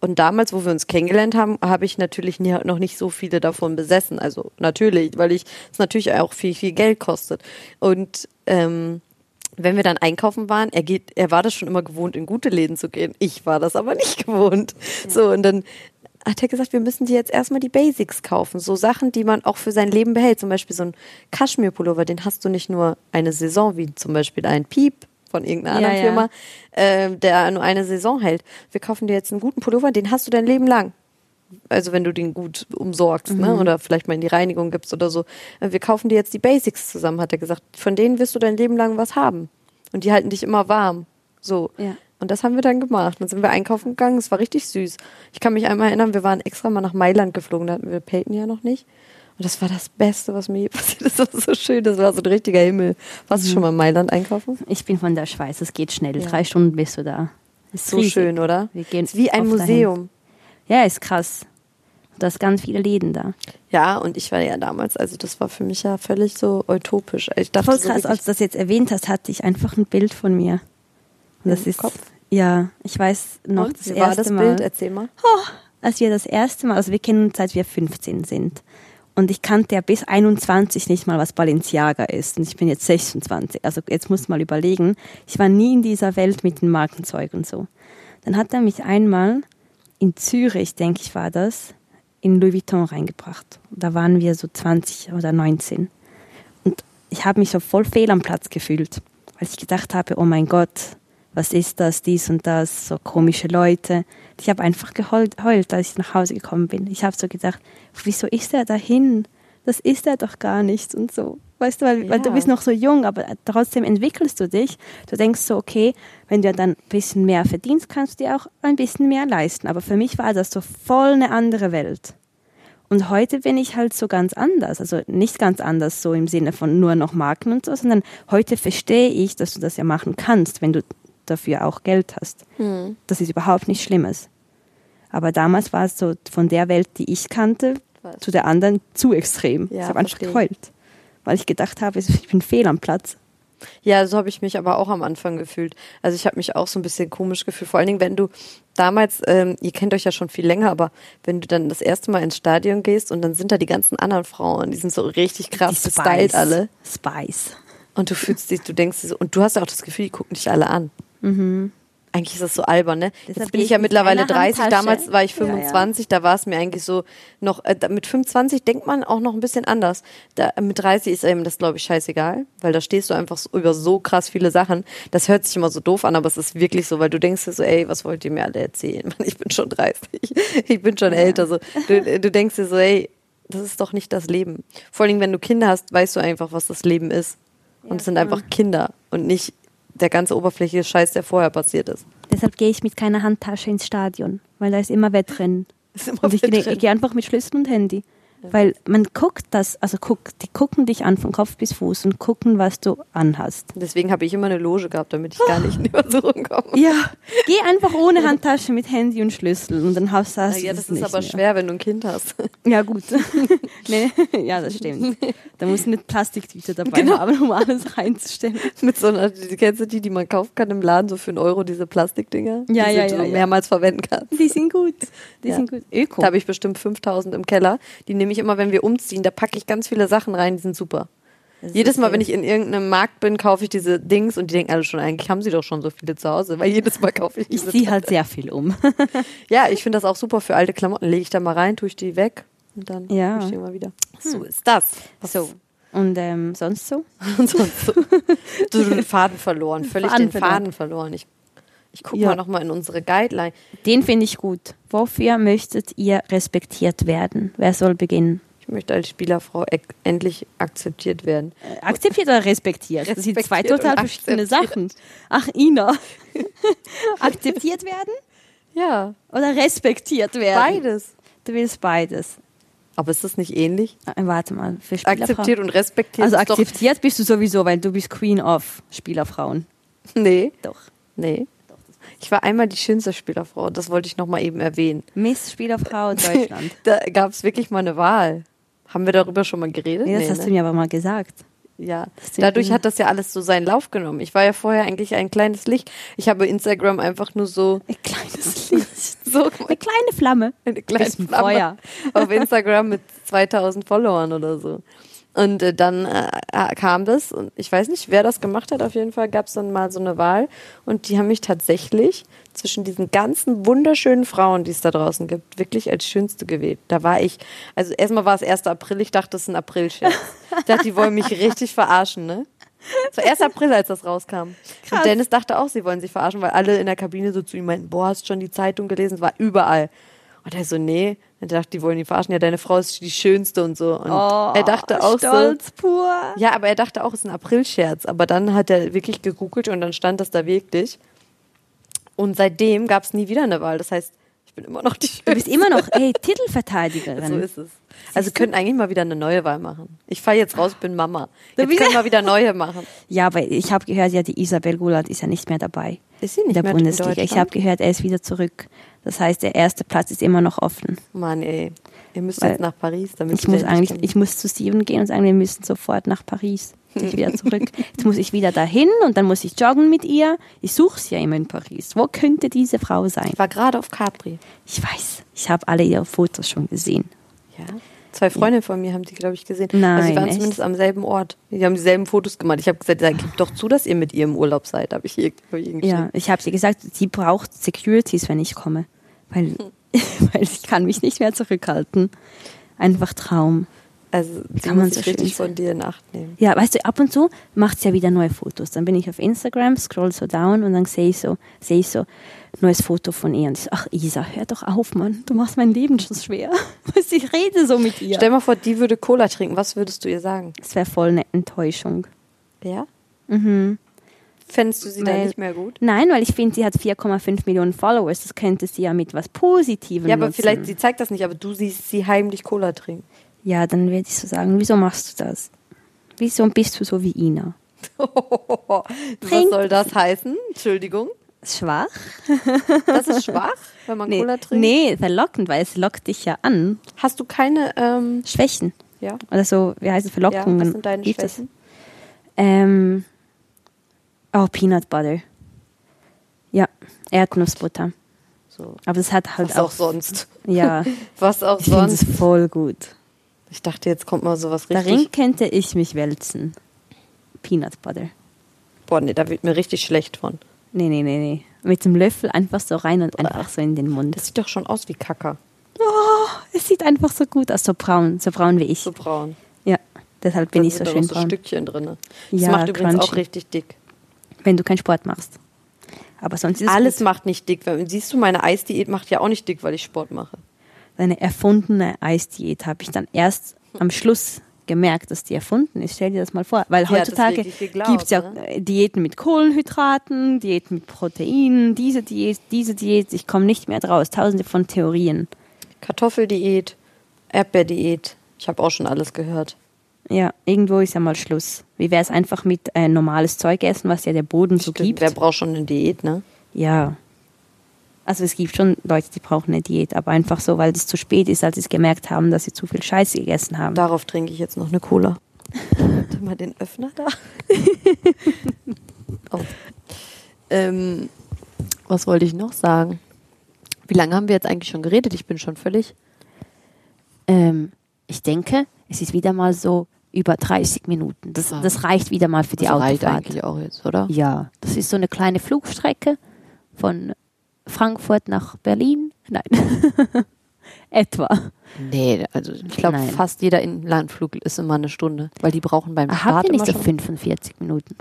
A: Und damals, wo wir uns kennengelernt haben, habe ich natürlich nie, noch nicht so viele davon besessen. Also natürlich, weil ich es natürlich auch viel, viel Geld kostet. Und ähm, wenn wir dann einkaufen waren, er geht, er war das schon immer gewohnt, in gute Läden zu gehen. Ich war das aber nicht [LAUGHS] gewohnt. So, und dann hat er gesagt, wir müssen dir jetzt erstmal die Basics kaufen. So Sachen, die man auch für sein Leben behält. Zum Beispiel so ein Kaschmir-Pullover, den hast du nicht nur eine Saison, wie zum Beispiel ein Piep von irgendeiner
B: Ja,
A: anderen
B: ja.
A: Firma, ähm, der nur eine Saison hält. Wir kaufen dir jetzt einen guten Pullover, den hast du dein Leben lang. Also wenn du den gut umsorgst,
B: Mhm.
A: ne? Oder vielleicht mal in die Reinigung gibst oder so. Äh, Wir kaufen dir jetzt die Basics zusammen, hat er gesagt. Von denen wirst du dein Leben lang was haben. Und die halten dich immer warm. So.
B: Ja.
A: Und das haben wir dann gemacht. Dann sind wir einkaufen gegangen. Es war richtig süß. Ich kann mich einmal erinnern, wir waren extra mal nach Mailand geflogen. Da hatten wir Peyton ja noch nicht. Und das war das Beste, was mir je [LAUGHS] passiert ist. Das war so schön. Das war so ein richtiger Himmel. Warst
B: Mhm.
A: du schon mal in Mailand einkaufen?
B: Ich bin von der Schweiz. Es geht schnell.
A: Ja.
B: Drei Stunden bist du da. Ist
A: So
B: riesig.
A: schön, oder?
B: Wir gehen
A: ist wie ein
B: oft dahin.
A: Museum.
B: Ja, ist krass. Da ist ganz viele Läden da.
A: Ja, und ich war ja damals, also das war für mich ja völlig so utopisch. Also Ich dachte
B: Voll
A: so
B: krass,
A: wirklich-
B: als du das jetzt erwähnt hast, hatte ich einfach ein Bild von mir. Und das
A: Im
B: ist
A: Kopf?
B: ja, ich weiß noch
A: Und?
B: das
A: hm, Wie
B: erste
A: war das
B: Mal,
A: Bild? Erzähl mal.
B: als wir das erste Mal, also wir kennen uns seit wir 15 sind. Und ich kannte ja bis 21 nicht mal, was Balenciaga ist. Und ich bin jetzt 26. Also jetzt musst du mal überlegen. Ich war nie in dieser Welt mit dem Markenzeug und so. Dann hat er mich einmal in Zürich, denke ich, war das, in Louis Vuitton reingebracht. Da waren wir so 20 oder 19. Und ich habe mich so voll fehl am Platz gefühlt, weil ich gedacht habe, oh mein Gott, was ist das, dies und das, so komische Leute. Ich habe einfach geheult, heult, als ich nach Hause gekommen bin. Ich habe so gedacht, wieso ist er dahin? Das ist er doch gar nicht und so. Weißt du, weil, weil du
A: Ja.
B: bist noch so jung, aber trotzdem entwickelst du dich. Du denkst so, okay, wenn du dann ein bisschen mehr verdienst, kannst du dir auch ein bisschen mehr leisten. Aber für mich war das so voll eine andere Welt. Und heute bin ich halt so ganz anders. Also nicht ganz anders so im Sinne von nur noch Marken und so, sondern heute verstehe ich, dass du das ja machen kannst, wenn du dafür auch Geld hast.
A: Hm.
B: Das ist überhaupt nichts Schlimmes. Aber damals war es so von der Welt, die ich kannte,
A: Was?
B: zu der anderen zu extrem.
A: Ja,
B: ich habe einfach
A: verstehe.
B: geheult, weil ich gedacht habe, ich bin fehl am Platz.
A: Ja, so habe ich mich aber auch am Anfang gefühlt. Also ich habe mich auch so ein bisschen komisch gefühlt. Vor allen Dingen, wenn du damals, ähm, ihr kennt euch ja schon viel länger, aber wenn du dann das erste Mal ins Stadion gehst und dann sind da die ganzen anderen Frauen, die sind so richtig krass
B: Die
A: gestylt
B: Spice.
A: alle.
B: Spice.
A: Und du fühlst dich, du denkst dir so, und du hast ja auch das Gefühl, die gucken dich alle an. Eigentlich ist das so albern, ne?
B: Mhm. Deshalb
A: Jetzt bin ich
B: gehe ich
A: ja
B: mit
A: mittlerweile
B: meiner
A: 30,
B: Handtasche.
A: damals war ich
B: Ja, ja.
A: 25, da war es mir eigentlich so noch, äh, da- mit 25 denkt man auch noch ein bisschen anders. Da, äh, mit 30 ist einem das, glaube ich, scheißegal, weil da stehst du einfach so, über so krass viele Sachen. Das hört sich immer so doof an, aber es ist wirklich so, weil du denkst dir so, ey, was wollt ihr mir alle erzählen? [LAUGHS] Mann, Ich bin schon 30, ich bin schon älter. So. Du, du denkst dir so, ey, das ist doch nicht das Leben. Vor allem, wenn du Kinder hast, weißt du einfach, was das Leben ist. Und es sind einfach Kinder und nicht der ganze oberflächliche Scheiß, der vorher passiert ist.
B: Deshalb gehe ich mit keiner Handtasche ins Stadion, weil da ist immer Wettrennen.
A: [LAUGHS] Ist immer
B: und ich
A: wer
B: gehe
A: drin.
B: ich gehe einfach mit Schlüssel und Handy. Weil man guckt das, also guck, die gucken dich an von Kopf bis Fuß und gucken, was du anhast.
A: Deswegen habe ich immer eine Loge gehabt, damit ich gar nicht in die Versuchung komme.
B: Ja, geh einfach ohne Handtasche mit Handy und Schlüssel und dann hast du
A: Ja, ja, das ist aber schwer, wenn du ein Kind hast. [LAUGHS]
B: Ja, gut. [LAUGHS] nee, [LAUGHS] ja, das stimmt. Da musst du eine Plastiktüte dabei
A: Genau.
B: haben, um alles reinzustellen.
A: Mit so einer, die- kennst du die, die man kaufen kann im Laden, so für einen Euro, diese Plastikdinger?
B: Ja,
A: die
B: ja,
A: du
B: ja, ja.
A: mehrmals verwenden kannst.
B: Die sind gut. Die
A: Ja.
B: sind gut. Öko.
A: Da habe ich bestimmt 5000 im Keller. Die nehme ich immer, wenn wir umziehen. Da packe ich ganz viele Sachen rein, die sind super. Jedes Mal, wenn ich in irgendeinem Markt bin, kaufe ich diese Dings und die denken alle schon, eigentlich haben sie doch schon so viele zu Hause, weil jedes Mal kaufe ich
B: ich
A: diese.
B: ziehe halt sehr viel um.
A: Ja, ich finde das auch super für alte Klamotten. Lege ich da mal rein, tue ich die weg und dann
B: Ja.
A: tue ich die immer wieder. Hm. So ist das. So.
B: Und ähm, sonst so?
A: Und sonst so. Du den Faden verloren, völlig
B: Faden
A: den
B: verloren.
A: Faden verloren. Ich, ich gucke
B: Ja.
A: mal nochmal in unsere Guideline.
B: Den finde ich gut. Wofür möchtet ihr respektiert werden? Wer soll beginnen?
A: Ich möchte als Spielerfrau ek- endlich akzeptiert werden.
B: Äh, Akzeptiert oder respektiert? Das sind zwei
A: Respektiert
B: total
A: und
B: verschiedene Sachen. Ach, [LAUGHS] Ina. akzeptiert werden
A: Ja,
B: oder respektiert werden?
A: beides.
B: Du willst beides.
A: Aber ist das nicht ähnlich?
B: Äh, Warte mal, für Spielerfrauen.
A: Akzeptiert und respektiert
B: also
A: ist doch...
B: akzeptiert bist du sowieso, weil du bist Queen of Spielerfrauen.
A: [LAUGHS] Nee,
B: Doch.
A: nee. Ich war einmal die schönste Spielerfrau. Das wollte ich nochmal eben erwähnen.
B: Miss [LAUGHS] Spielerfrau Deutschland.
A: [LAUGHS] Da gab es wirklich mal eine Wahl. Haben wir darüber schon mal geredet?
B: Nee, das
A: Nee,
B: hast
A: ne?
B: du mir aber mal gesagt.
A: Ja,
B: ist ja
A: dadurch
B: irgendwie-
A: hat das ja alles so seinen Lauf genommen. Ich war ja vorher eigentlich ein kleines Licht. Ich habe Instagram einfach nur so,
B: Ein [LAUGHS] kleines Licht.
A: so
B: Eine kleine Flamme.
A: eine kleine
B: Bisschen
A: Flamme
B: Feuer.
A: [LAUGHS] auf Instagram mit 2000 Followern oder so. Und äh, dann äh, äh, kam das und ich weiß nicht, wer das gemacht hat. Auf jeden Fall gab es dann mal so eine Wahl und die haben mich tatsächlich zwischen diesen ganzen wunderschönen Frauen, die es da draußen gibt, wirklich als schönste gewählt. Da war ich, also erstmal war es 1. April, ich dachte, das ist ein April-Scherz. Ich dachte, die wollen mich richtig verarschen, ne? Es war 1. April, als das rauskam. Und Dennis dachte auch, sie wollen sich verarschen, weil alle in der Kabine so zu ihm meinten, boah, hast schon die Zeitung gelesen, es war überall. Und er so, nee. Und er dachte, die wollen ihn verarschen. Ja, deine Frau ist die schönste und so. Und er dachte auch
B: Oh, stolz pur.
A: so. Ja, aber er dachte auch, es ist ein April-Scherz. Aber dann hat er wirklich gegoogelt und dann stand das da wirklich. Und seitdem gab es nie wieder eine Wahl. Das heißt, ich bin immer noch die
B: Du
A: Schönste.
B: bist immer noch,
A: [LAUGHS]
B: ey, Titelverteidigerin.
A: So ist es. Also können eigentlich mal wieder eine neue Wahl machen. Ich falle jetzt raus, bin Mama.
B: Du
A: Jetzt
B: bist-
A: können
B: [LAUGHS]
A: wir wieder neue machen.
B: Ja, aber ich habe gehört, ja, die Isabel Gulat ist ja nicht mehr dabei.
A: Ist sie nicht
B: in der
A: mehr in
B: Bundesliga. Ich
A: Deutschland?
B: habe gehört, er ist wieder zurück. Das heißt, der erste Platz ist immer noch offen.
A: Mann, ey. Ihr müsst
B: Weil
A: jetzt nach Paris, damit
B: Ich muss
A: da
B: eigentlich,
A: endlich
B: ich muss zu Steven gehen und sagen, wir müssen sofort nach Paris. Ich wieder
A: [LAUGHS]
B: zurück. Jetzt muss ich wieder dahin und dann muss ich joggen mit ihr. Ich suche sie ja immer in Paris. Wo könnte diese Frau sein?
A: Ich war gerade auf Capri.
B: Ich weiß. Ich habe alle ihre Fotos schon gesehen.
A: Ja. Zwei Freundinnen von mir haben die, glaube ich, gesehen. also
B: Nein,
A: sie waren
B: echt?
A: zumindest am selben Ort. Die haben dieselben Fotos gemacht. Ich habe gesagt, ja, gebt doch zu, dass ihr mit ihr im Urlaub seid. Habe ich ihr hab ich ihr
B: Ja,
A: geschrieben.
B: ich habe ihr gesagt, sie braucht Securities, wenn ich komme. Weil,
A: Hm.
B: [LAUGHS] weil ich kann mich nicht mehr zurückhalten. Einfach Traum.
A: Also sie
B: Kann man
A: muss
B: so
A: sich
B: schön
A: richtig
B: sein.
A: von dir in Acht nehmen.
B: Ja, weißt du, ab und zu macht's ja wieder neue Fotos. Dann bin ich auf Instagram, scroll so down und dann sehe ich so, sehe ich so neues Foto von ihr. Und ich so, ach Isa, hör doch auf, Mann. Du machst mein Leben schon schwer. [LAUGHS] Weißt du, ich rede so mit ihr.
A: Stell mal vor, die würde Cola trinken. Was würdest du ihr sagen?
B: Das wäre voll eine Enttäuschung.
A: Ja? Mhm. Fändest du sie dann
B: Weil-
A: nicht mehr gut?
B: Nein, weil ich finde, sie hat 4,5 Millionen Followers. Das könnte sie ja mit was Positivem
A: Ja, aber
B: nutzen.
A: vielleicht, sie zeigt das nicht, aber du siehst sie heimlich Cola trinken. [LAUGHS]
B: Ja, dann werde ich so sagen, wieso machst du das? Wieso bist du so wie Ina?
A: Was soll das heißen? Entschuldigung.
B: Schwach?
A: Das ist schwach, wenn man
B: Nee,
A: Cola trinkt.
B: nee, verlockend, weil es lockt dich ja an.
A: Hast du keine, ähm,
B: Schwächen.
A: ja?
B: Oder so, wie heißt es,
A: Ja,
B: Verlockungen.
A: was sind deine
B: Gibt es?
A: Schwächen?
B: Ähm, oh, Peanut Butter. Ja, Erdnussbutter.
A: So.
B: Aber das hat halt
A: Was auch sonst.
B: [LAUGHS] Ja,
A: Was auch
B: ich finde
A: sonst.
B: es voll gut.
A: Ich dachte, jetzt kommt mal sowas
B: Darin
A: richtig.
B: könnte ich mich wälzen. Peanut Butter.
A: Boah, nee, da wird mir richtig schlecht von.
B: Nee, nee, nee, nee. Mit dem Löffel einfach so rein und einfach so in den Mund.
A: Das sieht doch schon aus wie Kacker.
B: Es sieht einfach so gut aus, so braun, so braun wie ich.
A: So braun.
B: Ja, deshalb bin
A: Da
B: ich so
A: sind da
B: schön
A: noch so
B: braun,
A: Stückchen drin. Das
B: Ja,
A: macht übrigens auch
B: crunchy.
A: richtig dick.
B: wenn du keinen Sport machst. Aber sonst ist
A: Alles
B: Alles gut.
A: macht nicht dick. Weil- Siehst du, meine Eisdiät macht ja auch nicht dick, weil ich Sport mache.
B: Deine erfundene Eisdiät habe ich dann erst am Schluss gemerkt, dass die erfunden ist. Stell dir das mal vor, weil
A: das
B: heutzutage
A: wirklich geglaubt,
B: gibt es ja
A: ne?
B: äh, Diäten mit Kohlenhydraten, Diäten mit Proteinen, diese Diät, diese Diät. Ich komme nicht mehr draus. Tausende von Theorien.
A: Kartoffeldiät, Erdbeerdiät, Ich habe auch schon alles gehört.
B: Ja, irgendwo ist ja mal Schluss. Wie wäre es einfach mit äh, normales Zeug essen, was ja der Boden so
A: Stimmt,
B: gibt?
A: Wer braucht schon eine Diät, ne?
B: Ja. Also es gibt schon Leute, die brauchen eine Diät, aber einfach so, weil es zu spät ist, als sie es gemerkt haben, dass sie zu viel Scheiße gegessen haben.
A: Darauf trinke ich jetzt noch eine [LAUGHS] Cola. Hat mal den Öffner da. [LAUGHS] oh. ähm, was wollte ich noch sagen? Wie lange haben wir jetzt eigentlich schon geredet? Ich bin schon völlig.
B: Ähm, ich denke, es ist wieder mal so über 30 Minuten. Das,
A: Ah.
B: das reicht wieder mal für die
A: Das Also reicht
B: Autofahrt.
A: eigentlich auch jetzt, oder?
B: Ja, das ist so eine kleine Flugstrecke von Frankfurt nach Berlin. Nein. [LAUGHS] Etwa.
A: Nee, also ich glaube,
B: Nein.
A: fast jeder Inlandflug ist immer eine Stunde, weil die brauchen beim Start
B: Habt ihr
A: immer
B: nicht so
A: schon.
B: 45 Minuten?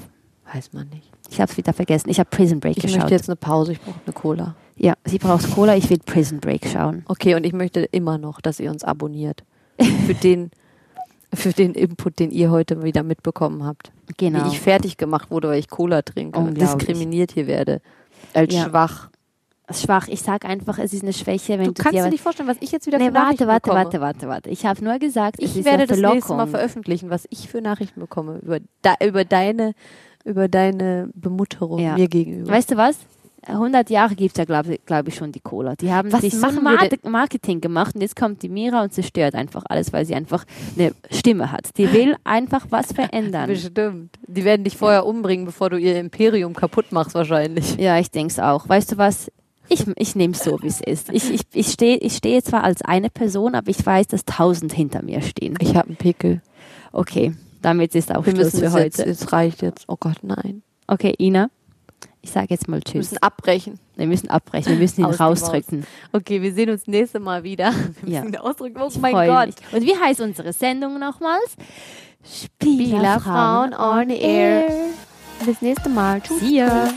A: Weiß man nicht.
B: Ich habe es wieder vergessen. Ich habe Prison Break
A: Ich
B: geschaut.
A: möchte jetzt eine Pause, ich brauche eine Cola.
B: ja, sie braucht Cola, ich will Prison Break schauen.
A: Okay, und ich möchte immer noch, dass ihr uns abonniert. [LAUGHS] Für den, für den Input, den ihr heute wieder mitbekommen habt.
B: Genau.
A: Wie ich fertig gemacht wurde, weil ich Cola trinke und
B: Unglaublich.
A: diskriminiert hier werde. Als
B: Ja.
A: schwach.
B: Schwach. Ich sag einfach, es ist eine Schwäche, wenn du, dir was-
A: vorstellen, was ich jetzt wieder
B: Nee, warte, warte,
A: bekomme.
B: warte, warte, warte. Ich habe nur gesagt, es
A: Ich
B: ist
A: werde
B: eine
A: das nächste Mal
B: Verlockung.
A: veröffentlichen, was ich für Nachrichten bekomme über, da, über deine über deine Bemutterung
B: Ja.
A: mir gegenüber.
B: Weißt du was? 100 Jahre gibt es ja, glaube glaub ich, schon die Cola. Die haben
A: Was
B: sich so
A: machen
B: ein
A: wir
B: Mar- Marketing gemacht und jetzt kommt die Mira und zerstört einfach alles, weil sie einfach eine Stimme hat. Die will einfach
A: [LAUGHS]
B: was verändern.
A: Bestimmt. Die werden dich vorher umbringen, bevor du ihr Imperium kaputt machst wahrscheinlich.
B: Ja, ich denke es auch. Weißt du was? Ich, ich nehme es so, wie es ist. Ich, ich, ich stehe ich stehe zwar als eine Person, aber ich weiß, dass tausend hinter mir stehen.
A: Ich habe einen Pickel.
B: Okay, damit ist auch
A: Wir
B: Schluss
A: müssen
B: für
A: es jetzt,
B: heute.
A: jetzt reicht jetzt. Oh Gott, nein.
B: Okay, Ina, ich sage jetzt mal
A: Wir
B: Tschüss.
A: müssen abbrechen.
B: Wir müssen abbrechen, wir müssen ihn
A: Aus dem
B: rausdrücken.
A: Okay, wir sehen uns nächstes Mal wieder. [LAUGHS] Wir
B: Ja.
A: müssen ausdrücken. Oh
B: Ich
A: mein
B: freu
A: Gott.
B: mich. Und wie heißt unsere Sendung nochmals?
A: Spielerfrauen on air. Bis nächste Mal. Tschüss.
B: See ya.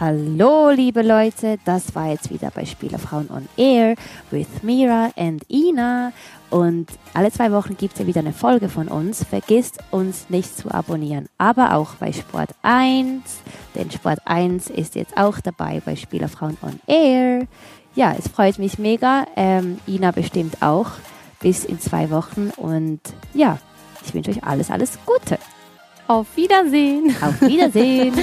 B: Hallo, liebe Leute, das war jetzt wieder bei Spielerfrauen on Air with Mira and Ina. Und alle zwei Wochen gibt es ja wieder eine Folge von uns. Vergisst uns nicht zu abonnieren, aber auch bei Sport 1, denn Sport 1 ist jetzt auch dabei bei Spielerfrauen on Air. Ja, es freut mich mega. Ähm, Ina bestimmt auch. Bis in zwei Wochen. Und ja, ich wünsche euch alles, alles Gute.
A: Auf Wiedersehen. [LAUGHS]
B: Auf Wiedersehen.